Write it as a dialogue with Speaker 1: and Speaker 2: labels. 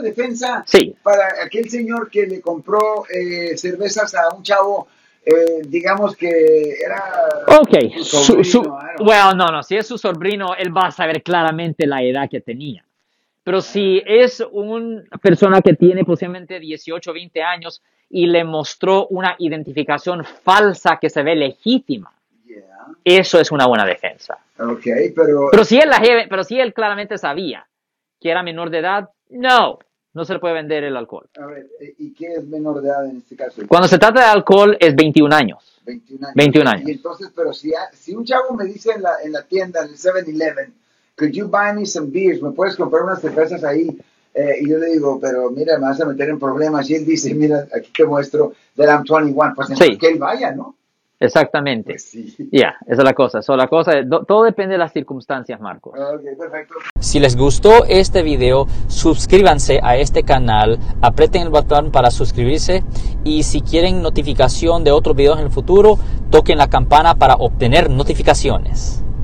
Speaker 1: defensa
Speaker 2: Sí.
Speaker 1: para aquel señor que le compró eh, cervezas a un chavo, eh, digamos que era...
Speaker 2: Ok,
Speaker 1: Su
Speaker 2: su- su-
Speaker 1: sobrino, I don't know.
Speaker 2: well, no, no, si es su sobrino, él va a saber claramente la edad que tenía. Pero si es una persona que tiene posiblemente 18, 20 años y le mostró una identificación falsa que se ve legítima,
Speaker 1: Yeah,
Speaker 2: eso es una buena defensa.
Speaker 1: Ok, pero...
Speaker 2: Pero si él, la lleve- pero si él claramente sabía que era menor de edad, no, no se le puede vender el alcohol.
Speaker 1: A ver, eh, ¿y qué es menor de edad en este caso?
Speaker 2: Cuando se trata de alcohol es 21 años.
Speaker 1: 21 años.
Speaker 2: 21 años.
Speaker 1: Y entonces, pero si, ha- si un chavo me dice en la, en la tienda, en el 7-Eleven, could you buy me some beers, me puedes comprar unas cervezas ahí, Eh, y yo le digo, pero mira, me vas a meter en problemas, y él dice, mira, aquí te muestro that I'm 21, pues entonces
Speaker 2: Sí.
Speaker 1: que él vaya, ¿no?
Speaker 2: Exactamente.
Speaker 1: Pues sí.
Speaker 2: Ya, esa es la cosa. So, la cosa es- do- todo depende de las circunstancias, Marcos.
Speaker 1: Ok, perfecto.
Speaker 3: Si les gustó este video, suscríbanse a este canal, aprieten el botón para suscribirse y si quieren notificación de otros videos en el futuro, toquen la campana para obtener notificaciones.